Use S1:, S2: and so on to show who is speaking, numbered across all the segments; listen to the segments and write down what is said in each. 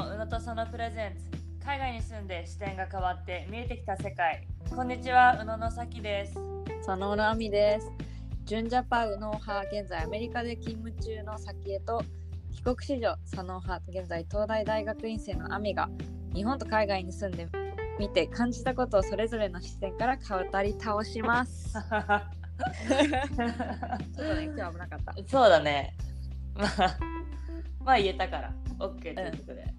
S1: 野プレゼンツ海外に住んで視点が変わって見えてきた世界こんにちは宇野のさきです
S2: 佐野浦亜美です。ジュンジャパウノウ派現在アメリカで勤務中のサキエと帰国子女佐野派現在東大大学院生の亜美が日本と海外に住んでみて感じたことをそれぞれの視点から語り倒します。ちょっとね今日危なかった。
S1: そうだねまあまあ言えたから OK ということで、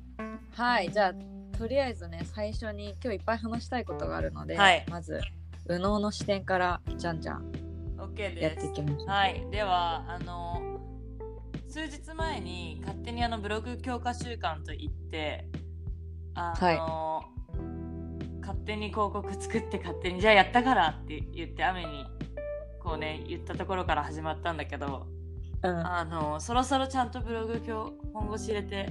S2: はいじゃあとりあえずね最初に今日いっぱい話したいことがあるので、
S1: はい
S2: まず右脳の視点からじゃんじゃん
S1: OK
S2: や
S1: で
S2: って
S1: す
S2: いきましょう。
S1: はい、ではあの数日前に勝手にあのブログ強化週間といってあの、勝手に広告作って勝手にじゃあやったからって言って雨にこうね言ったところから始まったんだけど
S2: うん
S1: あのそろそろちゃんとブログ今日本腰入れて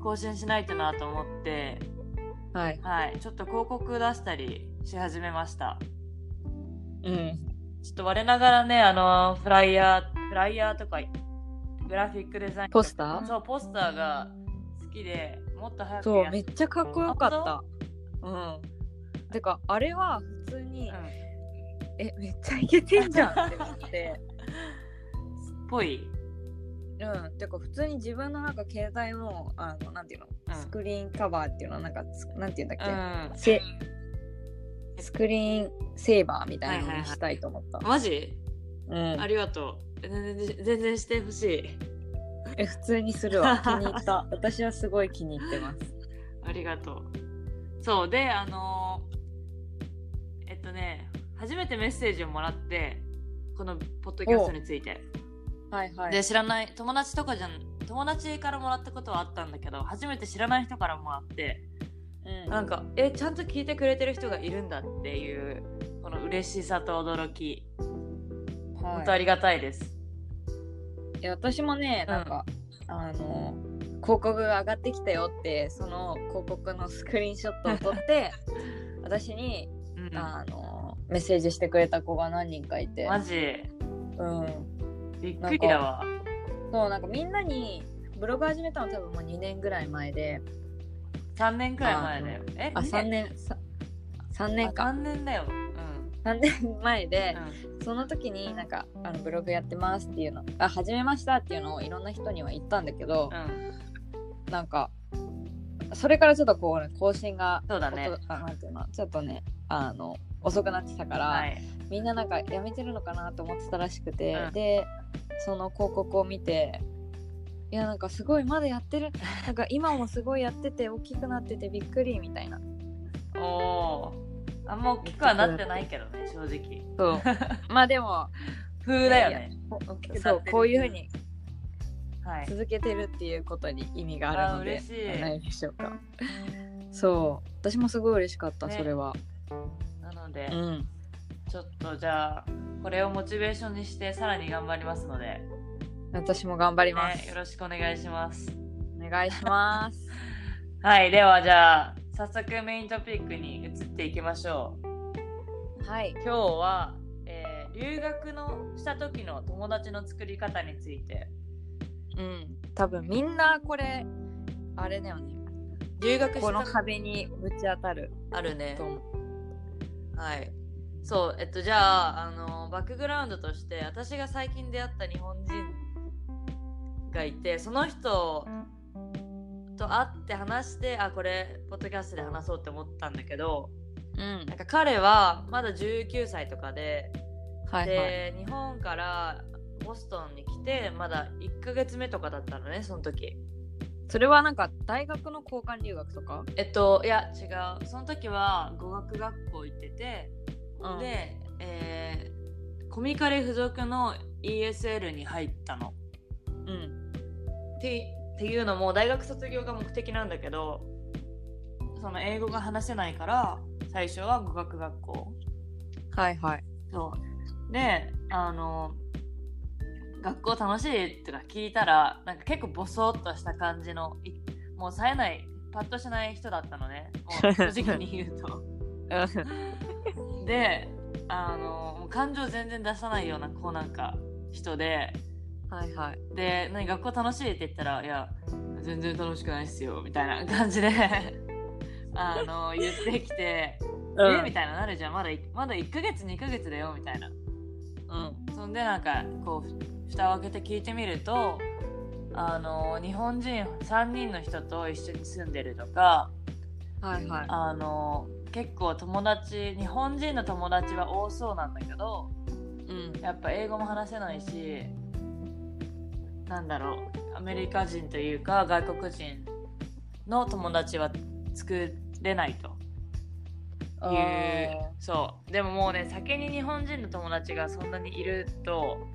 S1: 更新しないとなと思って、
S2: はい。
S1: はい、ちょっと広告出したりし始めました。
S2: うん。
S1: ちょっと我ながらね、あの、フライヤー、フライヤーとか、グラフィックデザイン。
S2: ポスター
S1: そう、ポスターが好きで、もっと早く
S2: そう
S1: や
S2: めっちゃかっこよかった。うん。てかあれは普通に、
S1: う
S2: えめっちゃいけてんじゃんって思って。
S1: ん。ぽい。
S2: うん。てか普通に自分のなんか携帯のあのなんていうの、
S1: うん
S2: スクリーンカバーっていうのはなんかつなんていうんだ
S1: う
S2: っけ、
S1: ん。
S2: せスクリーンセーバーみたいなのにしたいと思った。
S1: マジ
S2: うん
S1: あ。りがとう。全然、全然してほしい。
S2: え普通にする わ。気に入った。私はすごい気に入ってます。
S1: ありがとう。そう、で、あのえっとね、初めてメッセージをもらって、このポッドキャストについて。
S2: はいは
S1: で
S2: い。
S1: 知らない友達とかじゃん友達からもらったことはあったんだけど初めて知らない人からもらって
S2: うん
S1: なんかえちゃんと聞いてくれてる人がいるんだっていうこの嬉しさと驚き本当あ
S2: はい
S1: りがたいです、
S2: いや私もね
S1: うん
S2: なんか、あの広告が上がってきたよってその広告のスクリーンショットを撮って 私に、
S1: うん
S2: あのメッセージしてくれた子が何人かいて、
S1: マジ
S2: うん、
S1: びっくりだわ
S2: そうなんかみんなにブログ始めたの多分もう2年ぐらい前で
S1: 3年くらい前だよえ
S2: あ3
S1: ね
S2: 年さ3年
S1: あ
S2: か
S1: 3年だようん
S2: 3年前で
S1: う
S2: その時になんかあのブログやってますっていうのあ始めましたっていうのをいろんな人には言ったんだけど
S1: ん、うん、
S2: なんかそれからちょっとこう、ね、更新が
S1: そうだね
S2: おとあなんていうのちょっとねあの遅くなってたから、
S1: はい
S2: みんななんかやめてるのかなと思ってたらしくて、
S1: うん
S2: でその広告を見ていやなんかすごいまだやっ てるなんか今もすごいやってて大きくなっててびっくりみたいな
S1: おおあんま大きくはなってないけどね正直
S2: そう まあでも
S1: 風だよ
S2: いや
S1: ね大きくなってる
S2: そうこういうふうに
S1: はい
S2: 続けてるっていうことに意味があるの
S1: あ
S2: で
S1: 嬉しい
S2: じゃないでしょうかそう私もすごい嬉しかった、
S1: ね
S2: それは
S1: なので、
S2: うん
S1: ちょっとじゃあこれをモチベーションにしてさらに頑張りますので、ね
S2: 私も頑張ります、
S1: よろしくお願いします
S2: お願いします。
S1: はいではじゃあ早速メイントピックに移っていきましょう
S2: はい。
S1: 今日は、えー留学のした時の友達の作り方について
S2: うん。多分みんなこれあれだよね。
S1: 留学
S2: この壁にぶち当たる
S1: あるね
S2: と思
S1: はいそうえっとじゃああのバックグラウンドとして私が最近出会った日本人がいてその人と会って話してあこれポッドキャストで話そうって思ったんだけど
S2: う。うん
S1: なんか彼はまだ19歳とかで,、
S2: はいはい。
S1: で日本からボストンに来てまだ1ヶ月目とかだったのねその時
S2: それはなんか大学の交換留学とか。
S1: えっといや違うその時は語学学校行ってて
S2: うん、
S1: で、えーコミカレ付属の ESL に入ったの。
S2: うん。
S1: ってっていうのも大学卒業が目的なんだけどその英語が話せないから最初は語学学校。
S2: はいはい。
S1: そうであの学校楽しいってのは聞いたらなんか結構ボソっとした感じのいもう冴えないパッとしない人だったのねもう正直に言う と。であのもう感情全然出さないような子なんか人で
S2: はいはい。
S1: で何学校楽しいって言ったらいや全然楽しくないっすよみたいな感じであの言ってきて、
S2: うん
S1: えみたいななるじゃんまだいまだ1ヶ月2ヶ月だよみたいな
S2: うん
S1: そんでなんかこう蓋を開けて聞いてみるとあの日本人3人の人と一緒に住んでるとか
S2: はいはい
S1: あの結構友達日本人の友達は多そうなんだけど
S2: うん
S1: やっぱ英語も話せないしなんだろうアメリカ人というか外国人の友達は作れないと
S2: あ
S1: いうそうでももうね先に日本人の友達がそんなにいると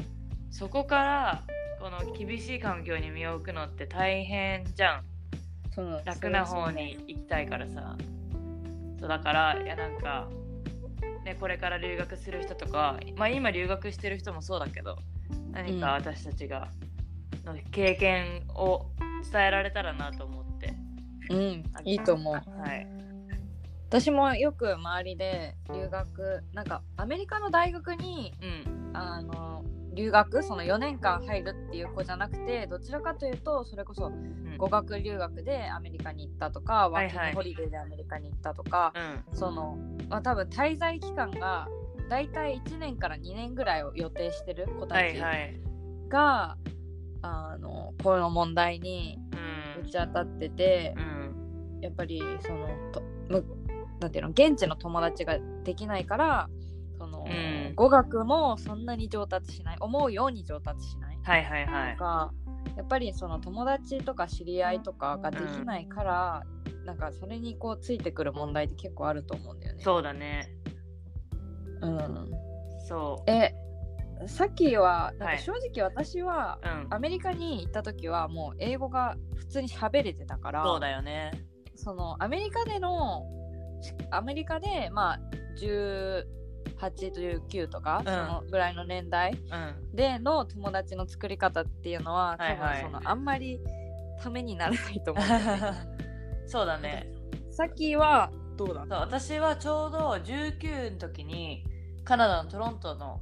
S1: そこからこの厳しい環境に身を置くのって大変じゃん
S2: ーそう
S1: 楽な方に行きたいからさそうだからいやなんか、ね、これから留学する人とか、まあ、今留学してる人もそうだけど何か
S2: うん
S1: 私たちがの経験を伝えられたらなと思って、
S2: そうですねうんいいと思う
S1: はい、
S2: 私もよく周りで留学なんかアメリカの大学に
S1: うん
S2: あの留学その4年間入るっていう子じゃなくてどちらかというとそれこそ
S1: うん
S2: 語学留学でアメリカに行ったとかワ
S1: はい
S2: ーキングホリデーでアメリカに行ったとか、
S1: うん
S2: その、まあ、多分滞在期間が大体1年から2年ぐらいを予定してる子た
S1: は
S2: ち
S1: い
S2: が、
S1: はい、
S2: あのこの問題に
S1: うん
S2: ぶち当たってて
S1: う、ん
S2: やっぱりそのとむなんていうの現地の友達ができないからその、
S1: うん
S2: 語学もそんなに上達しない思うように上達しない
S1: はいはいはい
S2: とか、やっぱりその友達とか知り合いとかができないから、なんかそれにこうついてくる問題って結構あると思うんだよね。
S1: そうだね
S2: うん、
S1: そ
S2: えさっきはな
S1: は
S2: ん
S1: い
S2: か正直私は、
S1: ううん
S2: アメリカに行った時はもう英語が普通に喋れてたから
S1: そうだよね
S2: そのアメリカでのしアメリカでまあ18と19とか、
S1: ん
S2: そのぐらいの年代
S1: うん
S2: での友達の作り方っていうのは多
S1: はいはい
S2: 分その、あんまりためにならないと思うんだ よね
S1: そうだね
S2: さっきはどうだ
S1: そう私はちょうど19の時にカナダのトロントの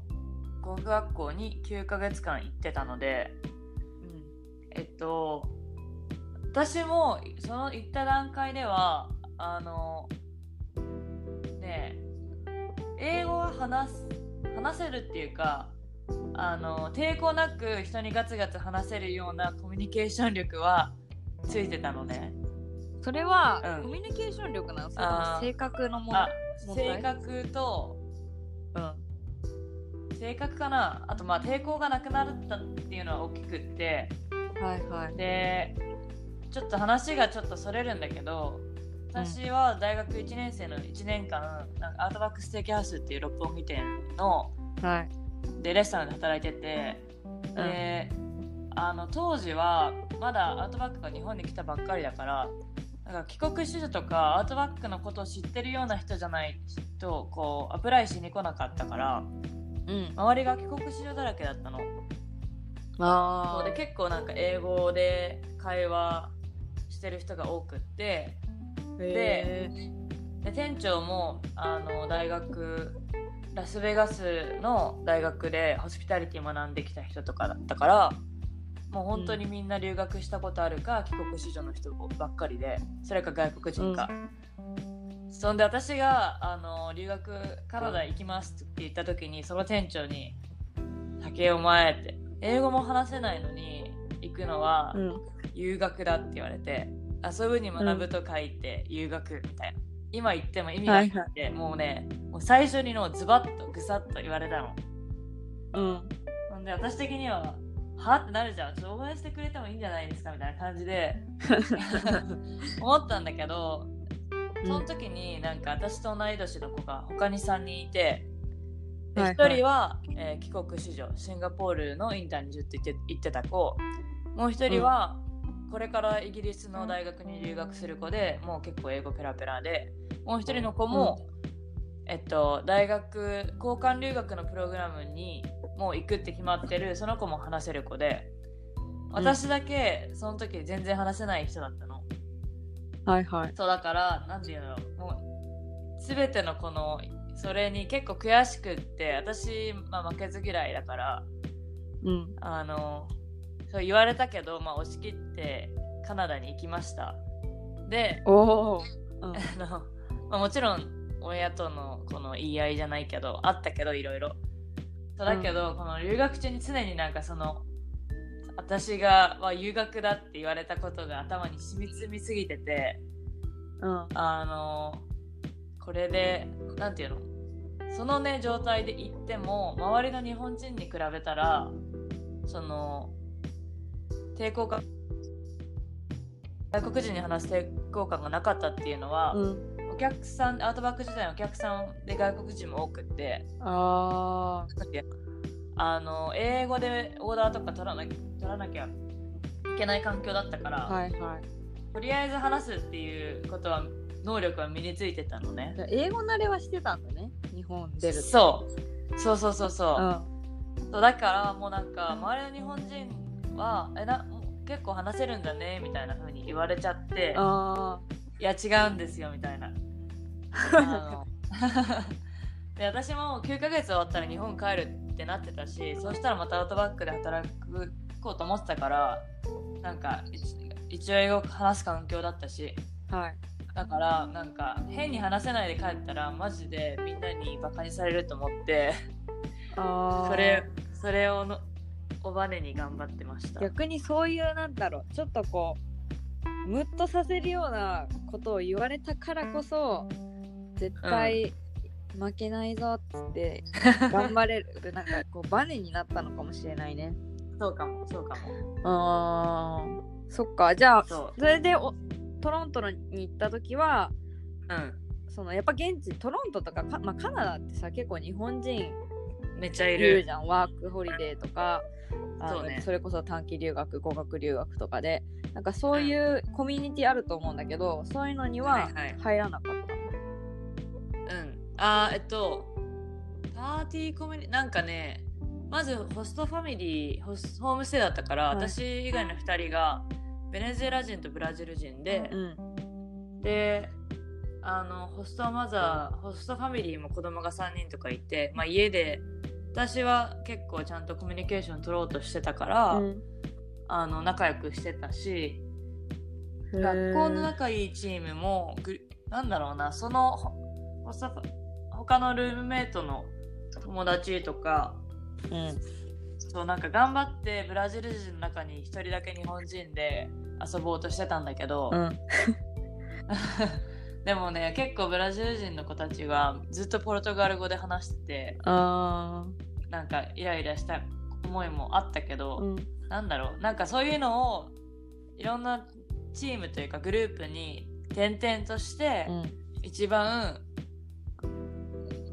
S1: 語学校に9ヶ月間行ってたのでえっと私もその行った段階ではあのねえ英語は話す話せるっていうかあの抵抗なく人にガツガツ話せるようなコミュニケーション力はついてたのね。
S2: それは、
S1: うん
S2: コミュニケーション力なのそれと
S1: あー
S2: も性格のもの
S1: あ
S2: 問題
S1: 性格と
S2: うん
S1: 性格かなあとまあ抵抗がなくなったっていうのは大きくって
S2: はいはい
S1: でちょっと話がちょっとそれるんだけど私は大学1年生の1年間なんかアートバックステーキハウスっていう六本木店の
S2: はい
S1: でレストランで働いてて
S2: ん
S1: で、あの当時はまだアートバックが日本に来たばっかりだからなんか帰国子女とかアートバックのことを知ってるような人じゃないとこうアプライしに来なかったから
S2: うん
S1: 周りが帰国子女だらけだったの。そ
S2: あ
S1: うで結構なんか英語で会話してる人が多くって
S2: ー
S1: で
S2: へー
S1: で店長もあの大学ラスベガスの大学でホスピタリティ学んできた人とかだったからもう本当にみんな留学したことあるか、帰国子女の人ばっかりでそれか外国人か、そんで私があの留学カナダ行きますって言った時にその店長に「竹お前」って英語も話せないのに行くのは
S2: うん
S1: 留学だって言われて遊ぶに学ぶと書いて留学みたいな、今言っても意味がなくて、もうねもう最初にのズバッとグサッと言われたの
S2: うん
S1: なんで私的にははってなるじゃんちょっと応援してくれてもいいんじゃないですかみたいな感じで思ったんだけどその時になんか私と同い年の子が他に3人いてで
S2: はいはい
S1: 1人は、えー帰国子女シンガポールのインターにずっと行って行ってた子もう1人は、これからイギリスの大学に留学する子でもう結構英語ペラペラでもう1人の子も、えっと、大学交換留学のプログラムにもう行くって決まってるその子も話せる子で私だけその時全然話せない人だったの。
S2: はいはい
S1: そうだからなんていうのもう全てのこのそれに結構悔しくって私、まあ、負けず嫌いだから
S2: うん
S1: あのそう言われたけど、まあ、押し切ってカナダに行きましたで
S2: おお、
S1: あの、まあ、もちろん親とのこの言い合いじゃないけどあったけどいろいろそうだけど、この留学中に常になんかその私が、まあ、留学だって言われたことが頭に染みつみすぎてて
S2: うん、
S1: あのこれでなんていうのそのね状態で行っても周りの日本人に比べたらその抵抗感外国人に話す抵抗感がなかったっていうのは、
S2: うん、
S1: お客さんアートバック時代のお客さんで外国人も多くって
S2: あ
S1: あの英語でオーダーとか取らなきゃ取らなきゃいけない環境だったから、
S2: あはいはい
S1: とりあえず話すっていうことは能力は身についてたのね
S2: じゃあ英語慣れはしてたんだね日本出るう、
S1: そうそうそうそうそうう、
S2: ん、
S1: そうだからもうなんか周りの日本人はえな結構話せるんだねみたいな風に言われちゃって
S2: あ
S1: いや違うんですよみたいな。あの で私も9ヶ月終わったら日本帰るってなってたしそしたらまたアウトバックで働くこうと思ってたからなんか一一応英語話す環境だったし
S2: あはい
S1: だからなんか変に話せないで帰ったらマジでみんなにバカにされると思って
S2: ああ
S1: それそれをのおバネに頑張ってました。
S2: 逆にそういうなんだろうちょっとこうムッとさせるようなことを言われたからこそ絶対負けないぞっ つって頑張れる、なんかこうバネになったのかもしれないね
S1: そうかもそうかも。
S2: あーそっかじゃあそ
S1: そう
S2: れでおトロントに行った時は
S1: うん
S2: そのやっぱ現地トロントとかか、まあ、カナダってさ結構日本人
S1: めっちゃい
S2: い
S1: る。
S2: るじゃんワークホリデーとかあの
S1: そうね
S2: それこそ短期留学語学留学とかでなんかそういうコミュニティあると思うんだけどそういうのには
S1: はいはい
S2: 入らなかったの、
S1: うん。あーえっと、パーティーコミュニなんかね、まずホストファミリー、ホスホームステイだったから、
S2: はい
S1: 私以外の2人がベネズエラ人とブラジル人で、
S2: うん
S1: で、あの、ホストマザー、ホストファミリーも子供が3人とかいて、まあ家で、私は結構ちゃんとコミュニケーション取ろうとしてたから、
S2: うん
S1: あの仲良くしてたし、学校の仲いいチームもぐなんだろうなそのほほさ他のルームメイトの友達とか
S2: うん
S1: そうなんか頑張ってブラジル人の中に1人だけ日本人で遊ぼうとしてたんだけど、
S2: うん
S1: でもね結構ブラジル人の子たちはずっとポルトガル語で話してて
S2: あ
S1: なんかイライラした思いもあったけど、
S2: ーうん
S1: なんだろうなんかそういうのをいろんなチームというかグループに転々として、
S2: うん
S1: 一番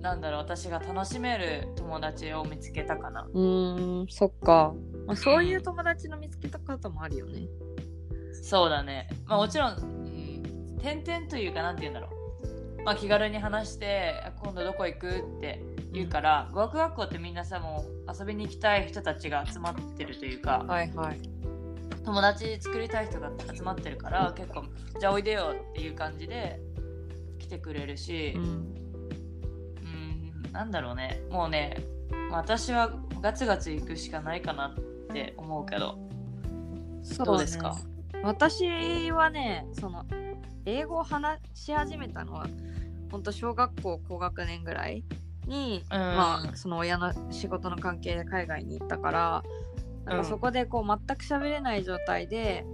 S1: なんだろう私が楽しめる友達を見つけたかな
S2: うーんそっか、まあ、そういう友達の見つけた方もあるよね
S1: そうだねまあもちろん、うん、点々というかなんて言うんだろうまあ気軽に話してあ今度どこ行くって言うから、語学学校ってみんなさもう遊びに行きたい人たちが集まってるというか、
S2: はいはい
S1: 友達作りたい人が集まってるから結構じゃあおいでよっていう感じで来てくれるし、
S2: うん
S1: うーんなんだろうねもうね私はガツガツ行くしかないかなって思うけど
S2: そ
S1: どうですか
S2: 私はねその英語を話し始めたのは本当小学校高学年ぐらいに、
S1: うん
S2: まあその親の仕事の関係で海外に行ったからなん
S1: う
S2: か
S1: ん
S2: そこでこう全く喋れない状態で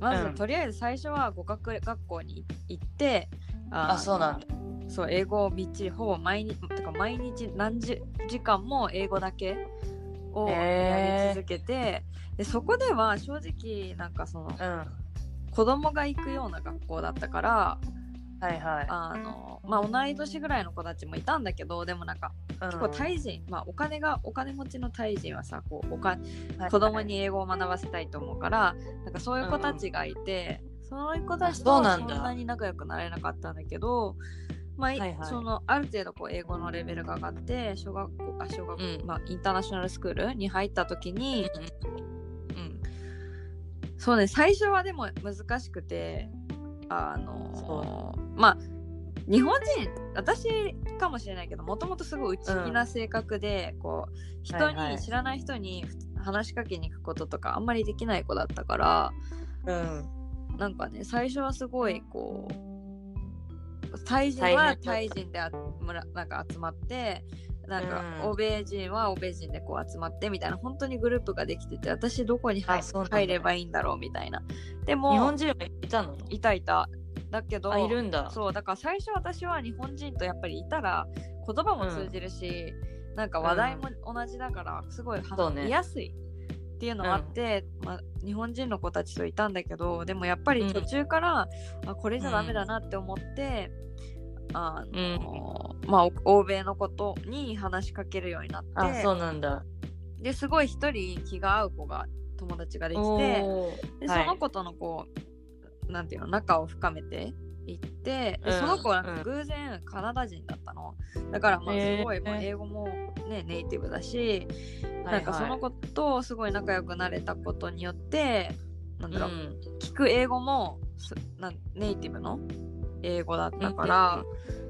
S2: まず
S1: うん
S2: とりあえず最初は語学学校に行って
S1: あそうなんだ
S2: そう英語をみっちりほぼ毎日てか毎日何十時間も英語だけをやり続けて、でそこでは正直なんかその
S1: うん
S2: 子供が行くような学校だったから
S1: はいは
S2: あの、まあ、同い年ぐらいの子たちもいたんだけどでもなんか
S1: い結
S2: 結構タイ人、まあ、お金がお金持ちのタイ人はさこうお金子供に英語を学ばせたいと思うからなんかそういう子たちがいて、そういう子たち
S1: あそ
S2: とそう
S1: なんんだ
S2: なに仲良くなれなかったんだけどまあ、い
S1: はいはい
S2: そのある程度こう英語のレベルが上がって小学校あ小学校、
S1: うん
S2: まあ、インターナショナルスクールに入った時に、
S1: うん
S2: そうね最初はでも難しくてあの
S1: そ
S2: まあ日本人私かもしれないけどもともとすごい内気な性格で、こう人に、
S1: はいはい
S2: 知らない人に話しかけに行くこととかあんまりできない子だったから
S1: うん
S2: なんかね最初はすごいこうタイ人はタイ人であむらなんか集まってなんか
S1: うん
S2: 欧米人は欧米人でこう集まってみたいな本当にグループができてて私どこに入
S1: あそうなんだ
S2: 入ればいいんだろうみたいなで
S1: 日本
S2: も
S1: 人はいたの
S2: いたいただけど
S1: あいるんだ
S2: そうだから最初私は日本人とやっぱりいたら言葉も通じるし、なんか話題も同じだからすごい
S1: そ
S2: 話
S1: うね
S2: 見やすいっていうのもあって、まあ、日本人の子たちといたんだけどでもやっぱり途中から、あこれじゃダメだなって思って、あのまあ、お欧米のことに話しかけるようになっ
S1: あ
S2: て
S1: そうなんだ
S2: ですごい一人気が合う子が友達ができて。
S1: おー
S2: で、
S1: はい
S2: その子とのこうなんていうの仲を深めていってで
S1: うん
S2: その子はなん
S1: うん
S2: か偶然カナダ人だったの、だからまあ
S1: へー
S2: すごいこう英語も、ね、ネイティブだし、
S1: はい
S2: なんかその子とすごい仲良くなれたことによってなんだろう、
S1: うん
S2: 聞く英語もすなんネイティブの英語だったから、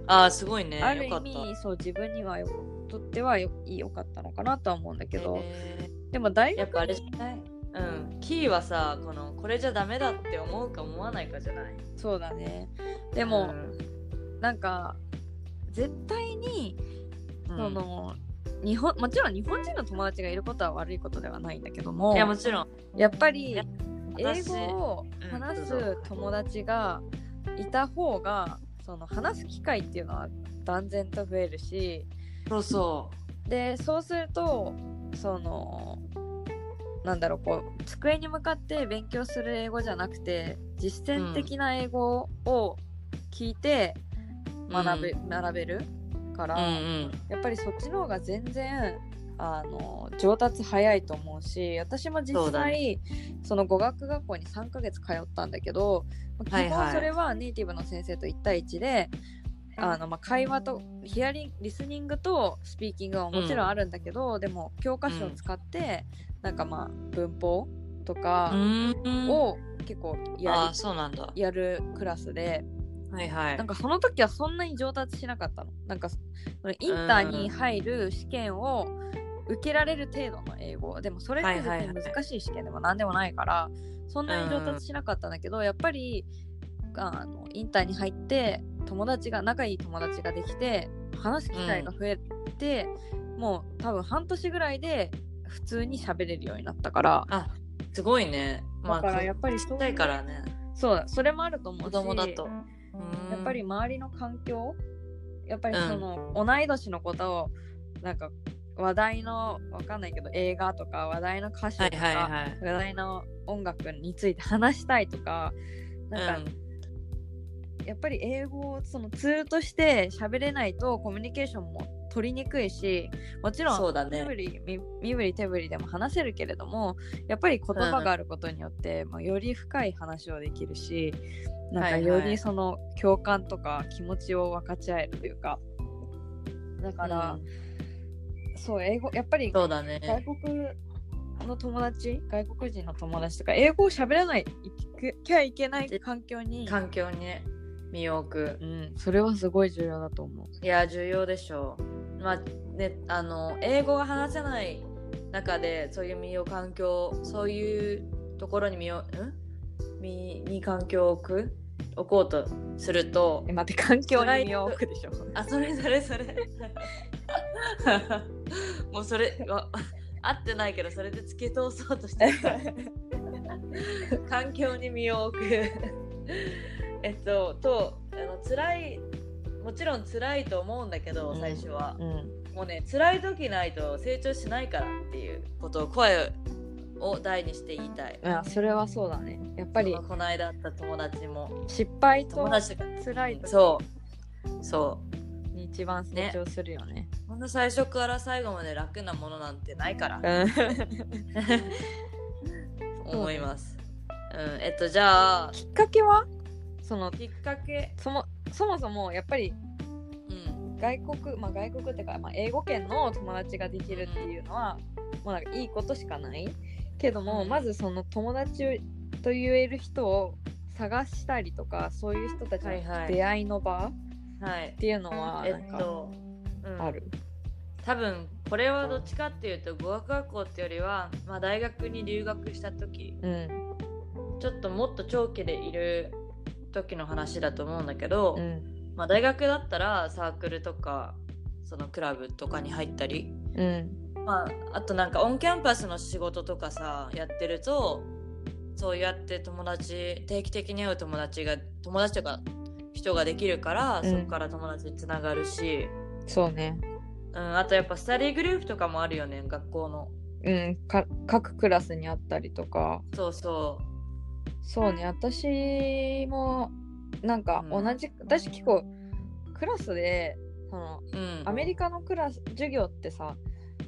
S1: あーすごいね
S2: ある
S1: よか
S2: 意
S1: った
S2: 味そう自分にはよとってはよ良かったのかなとは思うんだけど、
S1: へ
S2: でも大
S1: ーやっ
S2: 学
S1: ぱあれじゃないうんキーはさこのこれじゃダメだって思うか思わないかじゃない
S2: そうだねでも、
S1: うん
S2: なんか絶対に、
S1: うん
S2: その日本もちろん日本人の友達がいることは悪いことではないんだけども
S1: いやもちろん
S2: やっぱ
S1: い
S2: り
S1: や
S2: 英
S1: 私
S2: 語を話す友達がいた方がその話す機会っていうのは断然と増えるし
S1: そうそ
S2: でそうするとそのなんだろうこう机に向かって勉強する英語じゃなくて実践的な英語を聞いて
S1: う
S2: 学べ,、
S1: うん
S2: 学べるか
S1: う
S2: ら、
S1: ん
S2: やっぱりそっちの方が全然あの上達早いと思うし私も実
S1: そうだ
S2: 際そ,、の語学学校に3ヶ月通ったんだけど基
S1: はいは
S2: 本
S1: い
S2: それはネイティブの先生と1対1で、あのまあ、会話とヒアリングリスニングとスピーキングはもちろんあるんだけど、でも教科書を使って、なんかまあ文法と
S1: う
S2: か
S1: んうん
S2: を結構
S1: あ
S2: や
S1: ーそうなんだ
S2: りやるクラスで。
S1: はいはい
S2: なんかその時はそんなに上達しなかったの。なんかそのインターに入る試験を受けられる程度の英語でもそれって別
S1: はい
S2: に
S1: はいはい
S2: 難しい試験でも何でもないからそんなに上達しなかったんだけどやっぱりあのインターに入って友達が仲いい友達ができて話す機会が増えて、もう多分半年ぐらいで普通に喋れるようになったから。
S1: あすごいね
S2: だからやっぱりそう
S1: 小さいからね
S2: そうだそれもあると思うし
S1: 子供だと
S2: やっぱり
S1: うん
S2: 周りの環境やっぱりその、同い年のことをなんか話題のわかんないけど映画とか話題の歌手
S1: は
S2: と
S1: い
S2: か、
S1: はいはい
S2: 話題の音楽について話したいとかなんか、やっぱり英語をそのツールとして喋れないとコミュニケーションも取りにくいしもち
S1: うん、
S2: ろ
S1: そ
S2: ん
S1: うだ
S2: 身振
S1: ね
S2: り身身振り手振りでも話せるけれどもやっぱり言葉があることによって、まあ、より深い話をできるしなん
S1: は
S2: か
S1: いは
S2: よ
S1: い
S2: りその共感とか気持ちを分かち合えるというかだから、
S1: うん
S2: そう英語やっぱり
S1: そうだ
S2: 外
S1: ね
S2: 国の友達外国人の友達とか英語を喋らないいきゃいけない環境に、
S1: 環境にね身を置く
S2: うん、それはすごい重要だと思う。
S1: いや重要でしょうまあねあの英語が話せない中でそういう身を環境そういうところに身をん身に環境を置く置こうとすると
S2: え待って環境に身を置くでしょ。
S1: あそれそれ それもうそれわ合ってないけどそれで突き通そうとして る環境に身を置くえっととあの辛いもちろん辛いと思うんだけど
S2: うん
S1: 最初は、
S2: うん
S1: もうね辛い時ないと成長しないからっていうことを声を大にして言いたいやっ
S2: あそれはそうだね。やっぱり
S1: この間会った友達も
S2: 失敗と
S1: 友達とか
S2: 辛い時
S1: そうそう
S2: に一番成長するよね。
S1: ほんと最初から最後まで楽なものなんてないから、思います。うん、えっとじゃあ
S2: きっかけはその
S1: きっかけ、
S2: そもそもそもやっぱり
S1: うん、
S2: 外国、まあ、外国っていうか、まあ、英語圏の友達ができるっていうのは、もうなんかいいことしかないけども、
S1: うん
S2: まずその友達と言える人を探したりとかそういう人たちの
S1: はいはい
S2: 出会いの場っ
S1: はい。
S2: ていうのは
S1: え
S2: なん
S1: っ
S2: か
S1: と、うん、
S2: ある。
S1: 多分これはどっちかっていうと語学学校ってよりは、まあ、大学に留学した時
S2: うん、
S1: ちょっともっと長期でいる時の話だと思うんだけど、
S2: うん
S1: まあ、大学だったらサークルとかそのクラブとかに入ったり、
S2: うん
S1: まあ、あとなんかオンキャンパスの仕事とかさやってるとそうやって友達定期的に会う友達が友達とか人ができるから、
S2: うん
S1: そこから友達につながるし、
S2: そうね
S1: うん、あとやっぱスタディグループとかもあるよね学校の
S2: うんか各クラスにあったりとか
S1: そうそ
S2: そうね私もなんか
S1: う
S2: 同
S1: ん
S2: じ、私結構クラスでその
S1: ううん
S2: アメリカのクラス授業ってさ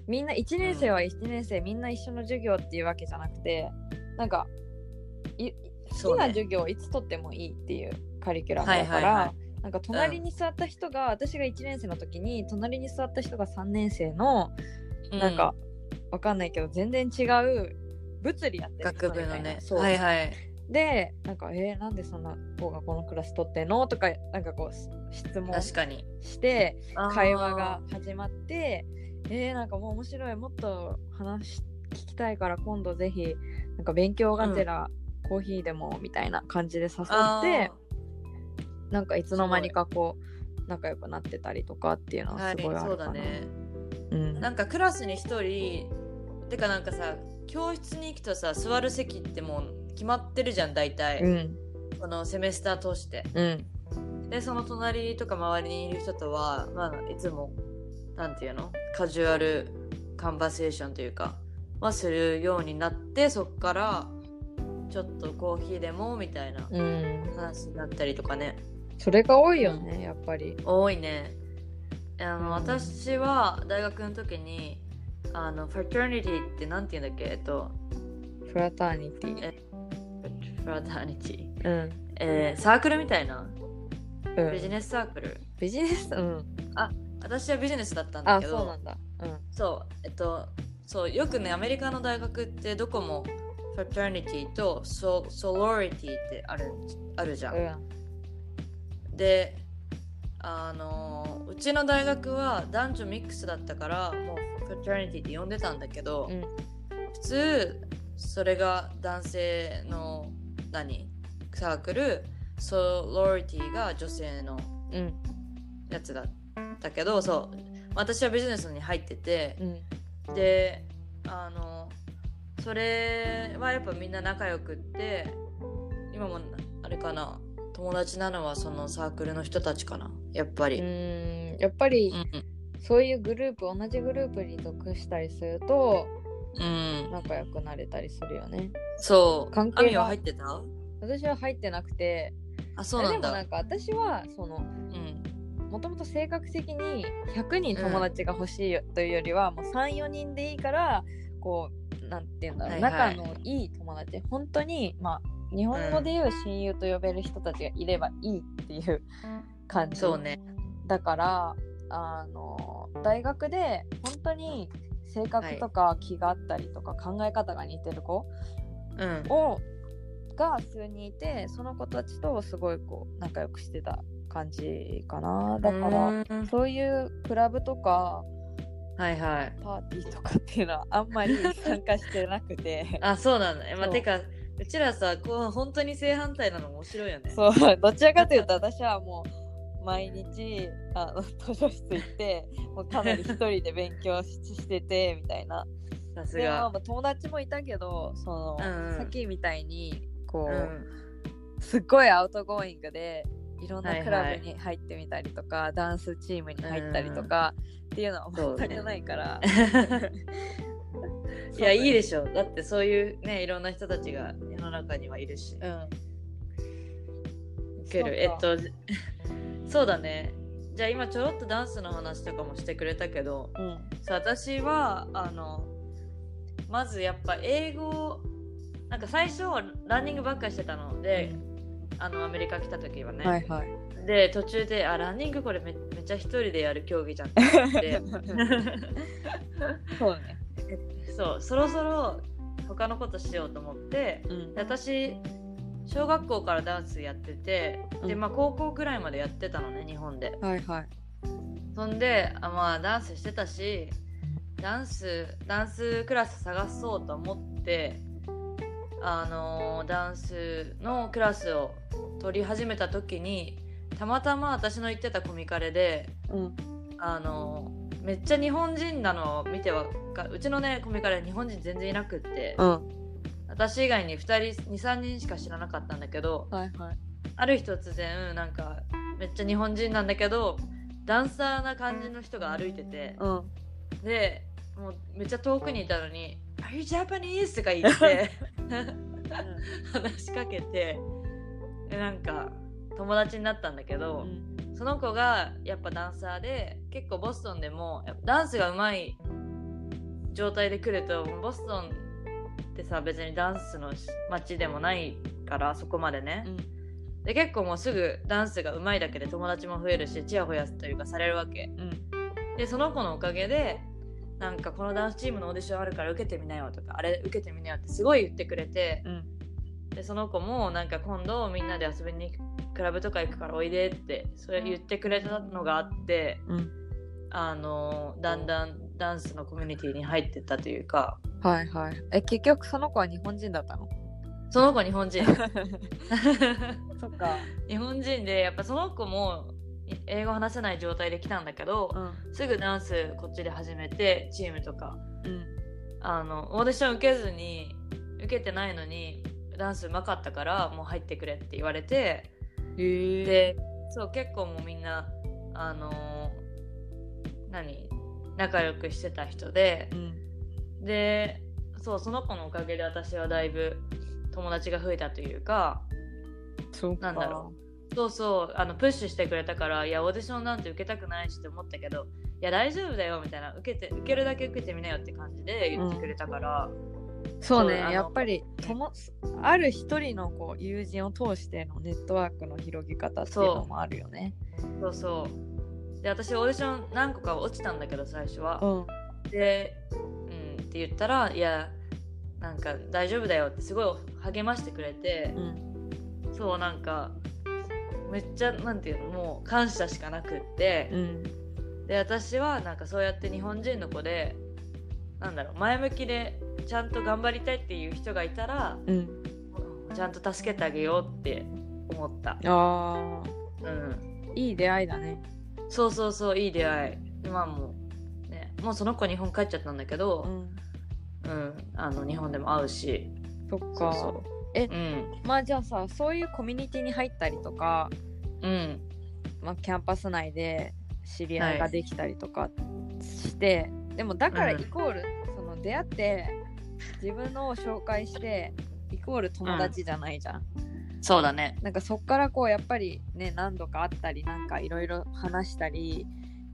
S2: みんな1年生は1年生、みんな一緒の授業っていうわけじゃなくてなんかい好
S1: そう
S2: きな
S1: ね
S2: 授業をいつ取ってもいいっていうカリキュラムだか
S1: はいはいは
S2: らなんか隣に座った人が、私が1年生の時に隣に座った人が3年生の
S1: う
S2: なんか、わかんないけど全然違う物理やってる人
S1: 学部の
S2: みたい
S1: ね
S2: なそう、
S1: はいはい
S2: でなんか「えーなんでそんな子がこのクラス取ってんの?」とかなんかこうし質問
S1: 確かに
S2: して。
S1: あー
S2: 会話が始まってえー、なんかもう面白いもっと話聞きたいから今度ぜひなんか勉強がてら、コーヒーでもみたいな感じで誘
S1: あ
S2: って
S1: ー
S2: なんかいつの間にかこう仲良くなってたりとかっていうのは
S1: は
S2: す
S1: い
S2: ごいあ
S1: そう
S2: るか
S1: だ
S2: な、
S1: ね
S2: うん
S1: なんかクラスに一人てかなんかさ教室に行くとさ座る席ってもう決まってるじゃん大体、
S2: うん
S1: このセメスター通して
S2: うん
S1: でその隣とか周りにいる人とは、まあ、いつもなんていうのカジュアルカンバセーションというかはするようになってそっからちょっとコーヒーでもみたいな
S2: うん
S1: 話になったりとかね
S2: それが多いよねやっぱり
S1: 多いねあ
S2: うん
S1: の私は大学の時にあのファトゥニティってなんて言うんだっけえっと
S2: フラターニティ
S1: えフラターニティ、
S2: うん
S1: えーサークルみたいな
S2: う
S1: ビジ
S2: ん
S1: ネスサークル
S2: ビジネスうん
S1: 私はビジネスだったんだ
S2: あ
S1: け
S2: そう
S1: ど
S2: なんだうん
S1: そうえっとそうよくねアメリカの大学ってどこもファターニティとソソロリティってあるあるじゃん、
S2: うん
S1: であのうちの大学は男女ミックスだったからもうファターニティって呼んでたんだけど、
S2: うん
S1: 普通それが男性の何サークルソロリティが女性の
S2: うん
S1: やつだったけどそう私はビジネスに入ってて、
S2: うん
S1: であのそれはやっぱみんな仲良くって今もあれかな友達なのはそのサークルの人たちかなやっぱり、
S2: うんやっぱり、
S1: うん
S2: そういうグループ同じグループに属したりすると
S1: うん、
S2: 仲良くなれたりするよね
S1: そう
S2: 関係が
S1: アミは入ってた
S2: 私は入ってなくて
S1: あそうなん
S2: でもな
S1: だ
S2: んか私はその
S1: うん
S2: もともと性格的に100人友達が欲しいよというよりは、もう34人でいいからこうなんていうんだろ
S1: は
S2: う、
S1: いはい
S2: 仲のいい友達本当にまあ日本語で言う親友と呼べる人たちがいればいいっていう感じ
S1: そうね
S2: だからあの大学で本当に性格とか気があったりとか考え方が似てる子
S1: うん
S2: を、が数人いてその子たちとすごいこう仲良くしてた感じかなだから
S1: うん
S2: そういうクラブとか
S1: はいはい
S2: パーティーとかっていうのはあんまり参加してなくて
S1: あそうなんだ、えまあ、
S2: そう
S1: てかうちらさこう本当に正反対なの面白いよね
S2: そうどちらかというと私はもう毎日あの図書室行ってもうかなり一人で勉強ししててみたいな。
S1: さす
S2: でまあ
S1: が
S2: まあ友達もいたけどその、
S1: うんうん
S2: さっきみたいにこ
S1: う
S2: う、
S1: ん
S2: すっごいアウトゴーイングでいろん
S1: はい
S2: な
S1: はい
S2: クラブに入ってみたりとか、ダンスチームに入ったりとか、っていうのは
S1: そうね
S2: 全くないから、
S1: いやいいでしょだってそういうねいろんな人たちが世の中にはいるし
S2: うん
S1: 受けるえ
S2: そう
S1: っと そうだねじゃあ今ちょろっとダンスの話とかもしてくれたけど
S2: うん
S1: さ私はあのまずやっぱ英語なんか最初はランニングばっかりしてたので、あのアメリカ来た時はね、
S2: はいはい
S1: で途中であランニングこれめめっちゃ一人でやる競技じゃんって思って。
S2: そうね
S1: そうそろそろ他のことしようと思って
S2: うん
S1: で私小学校からダンスやっててで、
S2: うん
S1: まあ、高校くらいまでやってたのね日本で
S2: はいはい
S1: そんであまあダンスしてたしダンスダンスクラス探そうと思ってあのダンスのクラスを取り始めた時にたまたま私の行ってたコミカレで
S2: うん
S1: あのめっちゃ日本人なのを見てわかうちのねコミカレ日本人全然いなくって、
S2: うん
S1: 私以外に2人23人しか知らなかったんだけど
S2: はいはい
S1: ある日突然なんかめっちゃ日本人なんだけどダンサーな感じの人が歩いてて
S2: うん
S1: でもうめっちゃ遠くにいたのに「Are you Japanese?」とか言って 話しかけてでなんか友達になったんだけ
S2: う
S1: ど、
S2: ん
S1: その子がやっぱダンサーで結構ボストンでもやっぱダンスが上手い状態で来るとボストンってさ別にダンスの街でもないからそこまでね、で結構もうすぐダンスが上手いだけで友達も増えるしチヤホヤというかされるわけ
S2: うん
S1: でその子のおかげでなんかこのダンスチームのオーディションあるから受けてみなよとかあれ受けてみなよってすごい言ってくれて、
S2: うん
S1: でその子もなんか今度みんなで遊びに行くクラブとか行くからおいでってそれ言ってくれたのがあって、
S2: うん
S1: あのだんだんダンスのコミュニティに入ってったというか
S2: はいはいえ結局その子は日本人だ ったの
S1: その子日本 人
S2: そっか
S1: 日本人でやっぱその子もい英語話せない状態で来たんだけど、
S2: ん
S1: すぐダンスこっちで始めてチームとか
S2: うん
S1: あのオーディション受けずに受けてないのにダンスうまかったからもう入ってくれって言われて
S2: へえ
S1: でそう結構もうみんなあのー何仲良くしてた人で
S2: うん
S1: でそうその子のおかげで私はだいぶ友達が増えたというか
S2: そう
S1: なんだろそうそうあのプッシュしてくれたからいやオーディションなんて受けたくないしって思ったけどいや大丈夫だよみたいな受けて受けるだけ受けてみなよって感じで言ってくれたから、
S2: そうね
S1: そうあの
S2: やっぱりともある一人のこう友人を通してのネットワークの広げ方っていうのもあるよね。
S1: そうそうで私オーディション何個か落ちたんだけど最初は、
S2: うん
S1: で、うん、って言ったら「いやなんか大丈夫だよ」ってすごい励ましてくれて
S2: う、ん
S1: そうなんかめっちゃなんていうのもう感謝しかなくって
S2: う、ん
S1: で私はなんかそうやって日本人の子でなんだろう前向きでちゃんと頑張りたいっていう人がいたら
S2: うん、
S1: ちゃんと助けてあげようって思った、
S2: あ
S1: うん、
S2: ーいい出会いだね。
S1: そうそうそういい出会い今も、ね、もうその子日本帰っちゃったんだけど、
S2: ん、
S1: うん、あの日本でも会うし
S2: そっ
S1: そ
S2: か
S1: うそう
S2: え
S1: うん
S2: まあじゃあさそういうコミュニティに入ったりとか、
S1: うん、
S2: まあ、キャンパス内で知り合いができたりとかして、でもだから
S1: うん
S2: イコール、その出会って自分のを紹介してイコール友達じゃないじゃん。
S1: そうだね。
S2: なんかそっからこうやっぱりね何度か会ったりなんかいろいろ話したり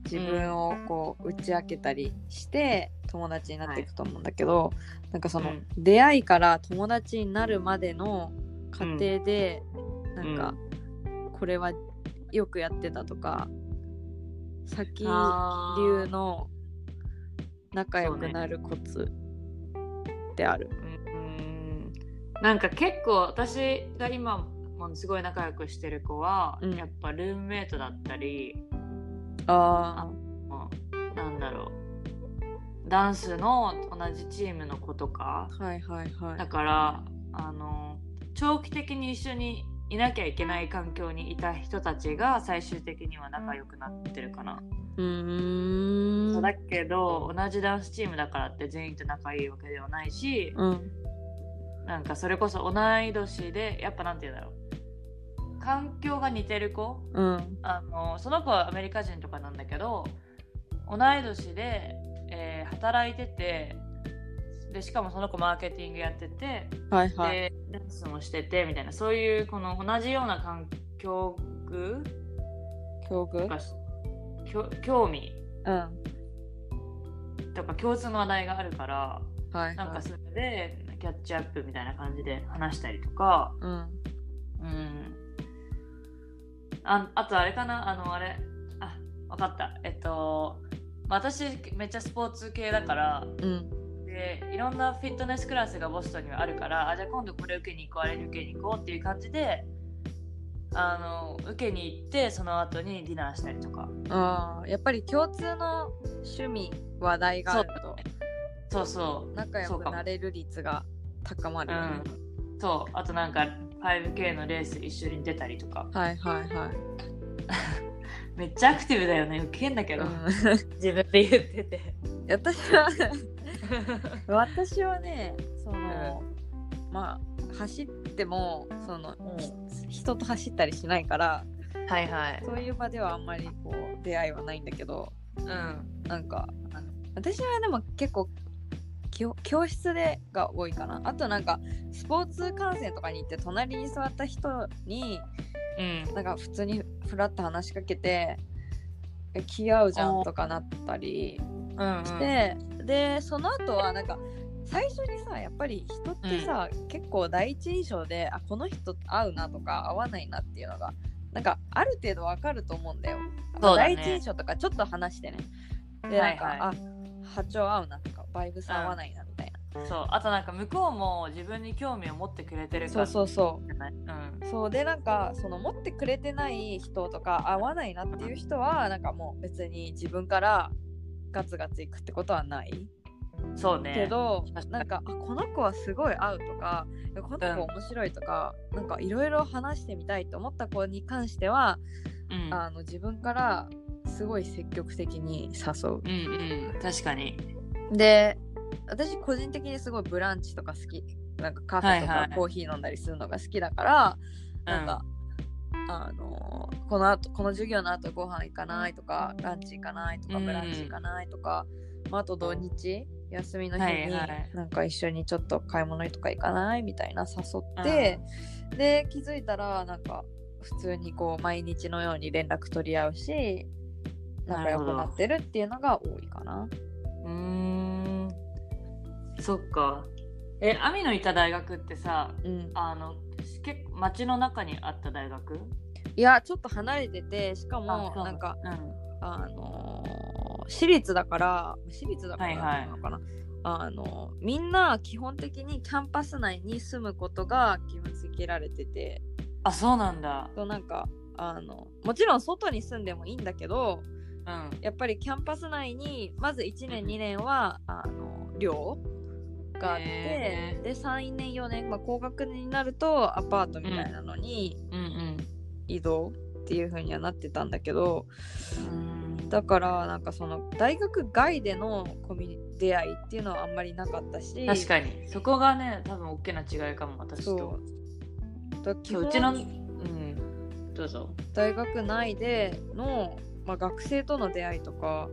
S2: 自分をこう打ち明けたりして友達になっていくと思うんだけど、なんかその
S1: うん
S2: 出会いから友達になるまでの過程で、なんかこれはよくやってたとか先
S1: あ
S2: 流の仲良くなるコツってある。
S1: うん、なんか結構私が今もすごい仲良くしてる子は、
S2: うん
S1: やっぱルームメイトだったり、
S2: あ
S1: まあなんだろうダンスの同じチームの子とか
S2: あはいはいはい
S1: だ。からあの長期的に一緒にいなきゃいけない環境にいた人たちが最終的には仲良くなってるかな。
S2: うーん
S1: だけど同じダンスチームだからって全員と仲いいわけではないし、
S2: うん
S1: なんかそれこそ同い年でやっぱなんて言うんだろう環境が似てる子
S2: うん
S1: あのその子はアメリカ人とかなんだけど同い年で、えー働いててでしかもその子マーケティングやってて
S2: はいはい。
S1: でダンスもしててみたいなそういうこの同じような環境具
S2: 境遇
S1: とかきょ興味
S2: うん。
S1: とか共通の話題があるから
S2: はい、
S1: なん
S2: は
S1: か
S2: い。
S1: それでキャッチアップみたいな感じで話したりとか。
S2: うん。
S1: うん。ああとあれかなあのあれあわかったえっと私めっちゃスポーツ系だから
S2: うん。
S1: でいろんなフィットネスクラスがボストンにはあるからあじゃあ今度これ受けに行こうあれ受けに行こうっていう感じであの受けに行ってその後にディナーしたりとか
S2: ああ、やっぱり共通の趣味、話題があると
S1: そうそう
S2: 仲良
S1: そう
S2: く
S1: かも
S2: なれる率が高まる
S1: う
S2: よ
S1: ん
S2: ね。
S1: そうあとなんか 5K のレース一緒に出たりとか
S2: はいはいはい。
S1: めっちゃアクティブだよねウケんだけど、自分で言ってて
S2: 私は私はねその、まあ走ってもその、ひ人と走ったりしないから
S1: はいはい
S2: そういう場ではあんまりこう出会いはないんだけど
S1: うん
S2: なんかあの私はでも結構教教室でが多いかなあとなんかスポーツ観戦とかに行って隣に座った人に
S1: うん
S2: なんか普通にふらっと話しかけて「え気合うじゃん」とかなったり
S1: うんうん
S2: して、でその後はなんか最初にさやっぱり人ってさ、結構第一印象であこの人合うなとか合わないなっていうのがなんかある程度わかると思うんだよ。
S1: そうだね
S2: 第一印象とかちょっと話してね。で
S1: は
S2: ないんか、
S1: はい
S2: あ波長合うなとかバイブス合わないなみたいな。
S1: そうあとなんか向こうも自分に興味を持ってくれてる
S2: そ
S1: か
S2: うそうそう。
S1: じゃないうん
S2: そうでなんかその持ってくれてない人とか合わないなっていう人はなんかもう別に自分からガツガツいくってことはない
S1: そうね
S2: けど、
S1: 確かに
S2: なんかあこの子はすごい合うとかいやこの子面白いとか、なんかいろいろ話してみたいと思った子に関しては、
S1: うん
S2: あの自分からすごい積極的に誘う。
S1: うんうん確かに
S2: で私個人的にすごいブランチとか好きなんかカフェ
S1: は
S2: と
S1: い
S2: か
S1: はい
S2: コーヒー飲んだりするのが好きだから、なんか、あのーこの後この授業の後ご飯行かないとかランチ行かないとか
S1: うん
S2: ブランチ行かないとか、まあ、あと土日休みの日に、
S1: はいはい
S2: なんか一緒にちょっと買い物とか行かないみたいな誘って、で気づいたらなんか普通にこう毎日のように連絡取り合うし仲良くなってるっていうのが多いかな。
S1: うんうーんそっかえアミのいた大学ってさ
S2: うん、
S1: あの結構街の中にあった大学
S2: いやちょっと離れててしかも
S1: あそう
S2: なんか
S1: うん
S2: あのー私立だから私立だか
S1: は
S2: ら
S1: いはい
S2: なのかな、あのーみんな基本的にキャンパス内に住むことが義務付けられてて
S1: あそうなんだ
S2: となんかあのもちろん外に住んでもいいんだけど
S1: うん
S2: やっぱりキャンパス内にまず1
S1: うん
S2: 年2年はあの寮があって、
S1: へー
S2: で3年4年、まあ、高学年になるとアパートみたいなのに
S1: うん
S2: 移動っていう風にはなってたんだけど、
S1: うん
S2: だからなんかその大学外でのコミュニ出会いっていうのはあんまりなかったし
S1: 確かにそこがね多分大きな違いかも私
S2: そ
S1: と
S2: うだ基
S1: そう
S2: 本
S1: うちのうんどうぞ
S2: 大学内での、まあ、学生との出会いとか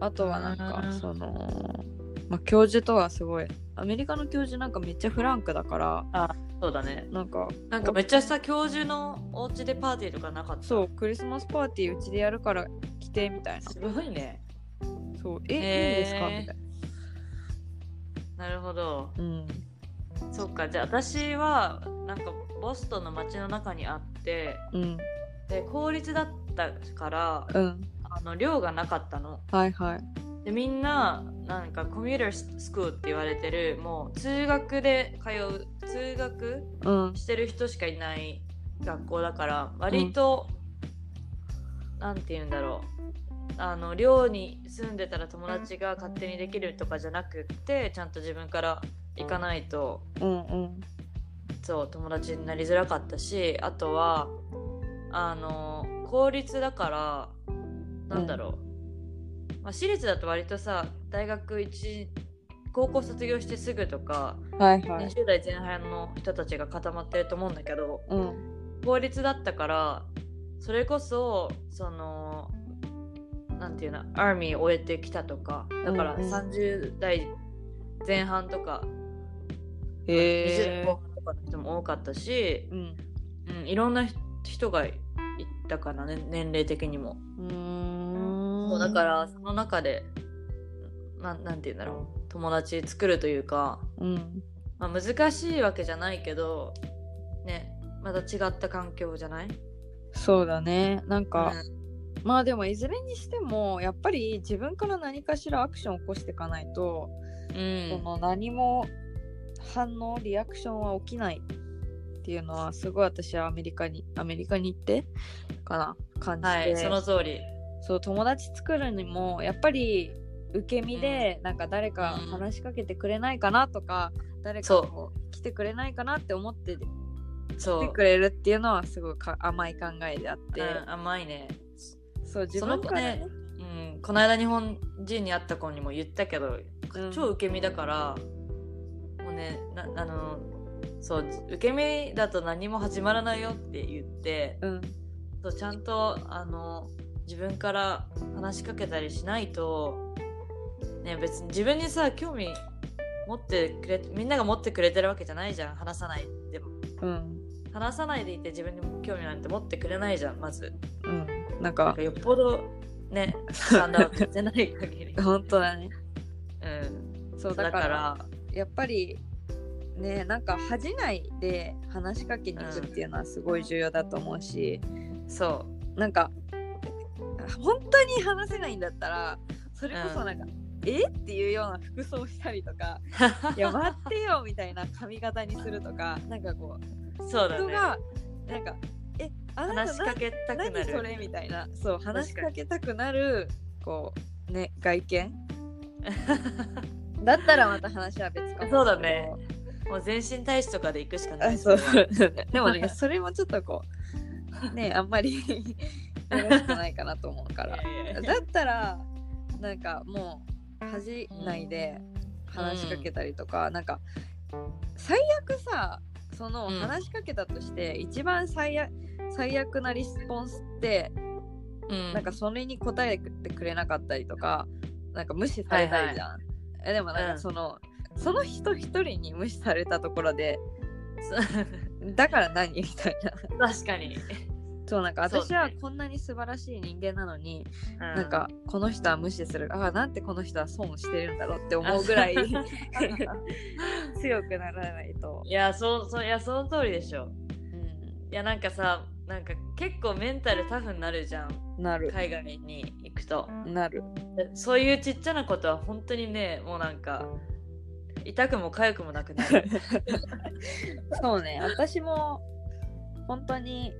S2: あとはなん
S1: う
S2: か
S1: ん
S2: その、まあ、教授とはすごいアメリカの教授なんかめっちゃフランクだから
S1: そうだね
S2: なんか
S1: なんかめっちゃさ教授のお家でパーティーとかなかった
S2: そうクリスマスパーティーうちでやるから来てみたいな
S1: すごいね
S2: そうえ、
S1: へー
S2: いいんですかみたい
S1: なるほど
S2: なうん
S1: そっかじゃあ私はなんかボストンの街の中にあって
S2: うん
S1: で公立だったから
S2: うん
S1: あの寮がなかったの
S2: はいはい
S1: でみんななんかコミュータースクールって言われてるもう通学で通う通学
S2: うん
S1: してる人しかいない学校だから割と、なんて言うんだろうあの寮に住んでたら友達が勝手にできるとかじゃなくってちゃんと自分から行かないと
S2: うんうん
S1: そう友達になりづらかったしあとはあの公立だからなんだろう、まあ、私立だと割とさ大学1高校卒業してすぐとか、
S2: はいはい
S1: 20代前半の人たちが固まってると思うんだけど
S2: うん
S1: 公立だったからそれこそそのなんていうのアーミー終えてきたとかだから
S2: うんうん
S1: 30代前半とか20代
S2: へえ
S1: 後半とかの人も多かったし、
S2: うん
S1: うん、いろんなひ人がいたからね年齢的にも、
S2: うーん
S1: そうだからその中でなんなんて言うんだろう友達作るというか、
S2: うん
S1: まあ、難しいわけじゃないけどねまた違った環境じゃない
S2: そうだねなんか、
S1: うん
S2: まあでもいずれにしてもやっぱり自分から何かしらアクションを起こしていかないと、
S1: うん
S2: その何も反応リアクションは起きないっていうのはすごい私はアメリカにアメリカに行ってかな感じて、
S1: はいその通り
S2: そう友達作るにもやっぱり受け身で、なんか誰か話しかけてくれないかなとか、誰か
S1: そう
S2: こう来てくれないかなって思って
S1: そ
S2: 来て
S1: う
S2: くれるっていうのはすごいか甘い考えであって、
S1: うん、甘いね
S2: そう自
S1: その
S2: 分
S1: 子
S2: から
S1: ね
S2: ね
S1: うん、この間日本人に会った子にも言ったけど、
S2: うん
S1: 超受け身だからもうねなあのそう受け身だと何も始まらないよって言って
S2: うん
S1: そうちゃんとあの自分から話しかけたりしないと、ね、別に自分にさ興味持ってくれみんなが持ってくれてるわけじゃないじゃん話さないでも
S2: うん
S1: 話さないでいて自分に興味なんて持ってくれないじゃんまず
S2: うんなん
S1: なん
S2: か
S1: かよっぽど ねスタンダードじゃない限り
S2: 本当だね
S1: うん、
S2: そうだ
S1: だ
S2: か
S1: からら
S2: やっぱりねなんか恥じないで話しかけに行くっていうのはすごい重要だと思うし、
S1: そ
S2: なんか本当に話せないんだったらそれこそなんか、えっていうような服装をしたりと かいや待ってよみたいな髪型にするとかなんかこう
S1: うそうだ
S2: 人
S1: ね
S2: が、なんかえあな
S1: 話
S2: た
S1: しか
S2: な
S1: けたくな
S2: 何
S1: る
S2: それみたいなそう話しかけたくなるこうね外 見だったらまた話は別かもしれない
S1: そうだねもう全身大使とかで行くしかない
S2: あそう でもねそれもちょっとこうねあんまり よろしくないかなと思うから
S1: いやいやいや
S2: だったらなんかもう恥じないで話しかけたりとか、なんか最悪さその
S1: うん
S2: 話しかけたとして、一番最悪最悪なリスポンスって、
S1: うん
S2: なんかそれに答えてくれなかったりとかなんか無視されたいじゃん、えでもなん
S1: う
S2: か
S1: ん
S2: その、その人一人に無視されたところでだから何みたいな
S1: 確かに、
S2: そうなんか
S1: そう
S2: 私は
S1: ね
S2: こんなに素晴らしい人間なのに、
S1: う
S2: なんかこの人は無視するああなんてこの人は損してるんだろうって思うぐ らい強くならないと、
S1: いやそうそういやその通りでしょいやなんかさなんか結構メンタルタフになるじゃん
S2: なる
S1: 海外に行くと
S2: なる
S1: そういうちっちゃなことは本当にねもうなんか痛くも痒くもなくな る
S2: そうね私も本当に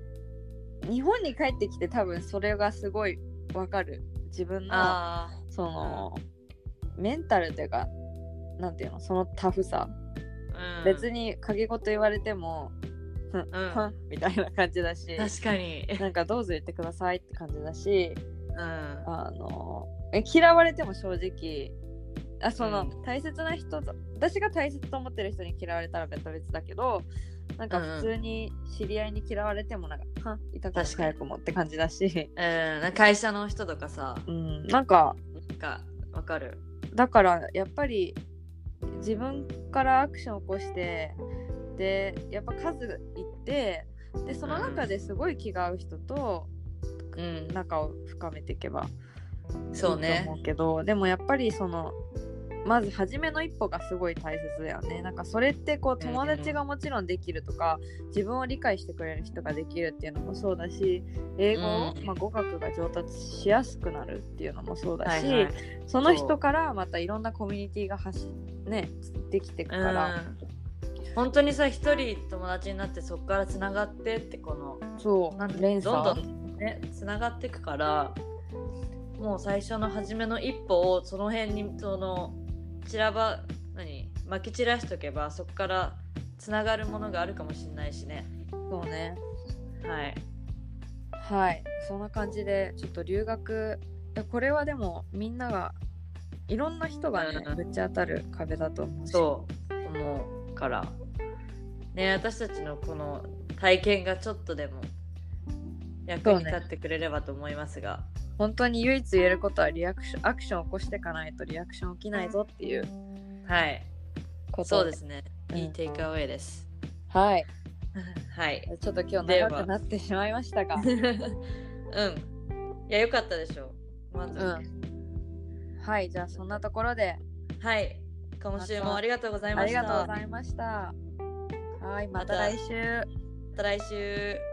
S2: 日本に帰ってきて多分それがすごいわかる自分の
S1: あ
S2: そのメンタルというかなんていうのそのタフさ、
S1: あ、うん、
S2: 別に陰事言われても
S1: う
S2: 「
S1: ん、
S2: はん」みたいな感じだし
S1: 確かに、
S2: なんかどうぞ言ってくださいって感じだし、
S1: うん、
S2: あのえ嫌われても正直あその、
S1: う
S2: 大切な人と私が大切と思ってる人に嫌われたら別々だけどなんか
S1: うんうん
S2: 普通に知り合いに嫌われてもなんか、は痛くも
S1: 確かに
S2: 早くもって感じだし、
S1: うん、なんか会社の人とかさ
S2: うん、なんか
S1: なんかわかる
S2: だからやっぱり自分からアクションを起こしてでやっぱ数いってでその中ですごい気が合う人と
S1: うん
S2: 仲を深めていけば
S1: そう
S2: いいと
S1: ね
S2: 思うけどでもやっぱりそのまず初めの一歩がすごい大切だよねなんかそれってこう友達がもちろんできるとか、自分を理解してくれる人ができるっていうのもそうだし英語、
S1: うん
S2: まあ、語学が上達しやすくなるっていうのもそうだし、
S1: はいはい
S2: その人からまたいろんなコミュニティがはしねできてくから、
S1: うん、本当にさ一人友達になってそこからつながってってこの
S2: そ
S1: なんて
S2: う連
S1: どんど
S2: 鎖
S1: んねつながってくからもう最初の初めの一歩をその辺にその散らば何まき散らしとけばそこからつながるものがあるかもしれないしね
S2: そうね
S1: はい
S2: はいそんな感じでちょっと留学いやこれはでもみんながいろんな人がね
S1: うん
S2: ぶち当たる壁だと思うし
S1: そう思うからね私たちのこの体験がちょっとでも役に立ってくれればと思いますが、
S2: 本当に唯一言えることはリアクションアクションを起こしていかないとリアクション起きないぞっていう
S1: はい
S2: こと
S1: そうですね、
S2: うん
S1: いいテイクアウェイです
S2: はい
S1: はい
S2: ちょっと今日
S1: では
S2: 長くなってしまいましたが
S1: うんいやよかったでしょまず、
S2: うんはいじゃあそんなところで
S1: はい今週もありがとうござい
S2: あ
S1: まし
S2: り
S1: た
S2: がとうございましたはいまた来週、
S1: また来週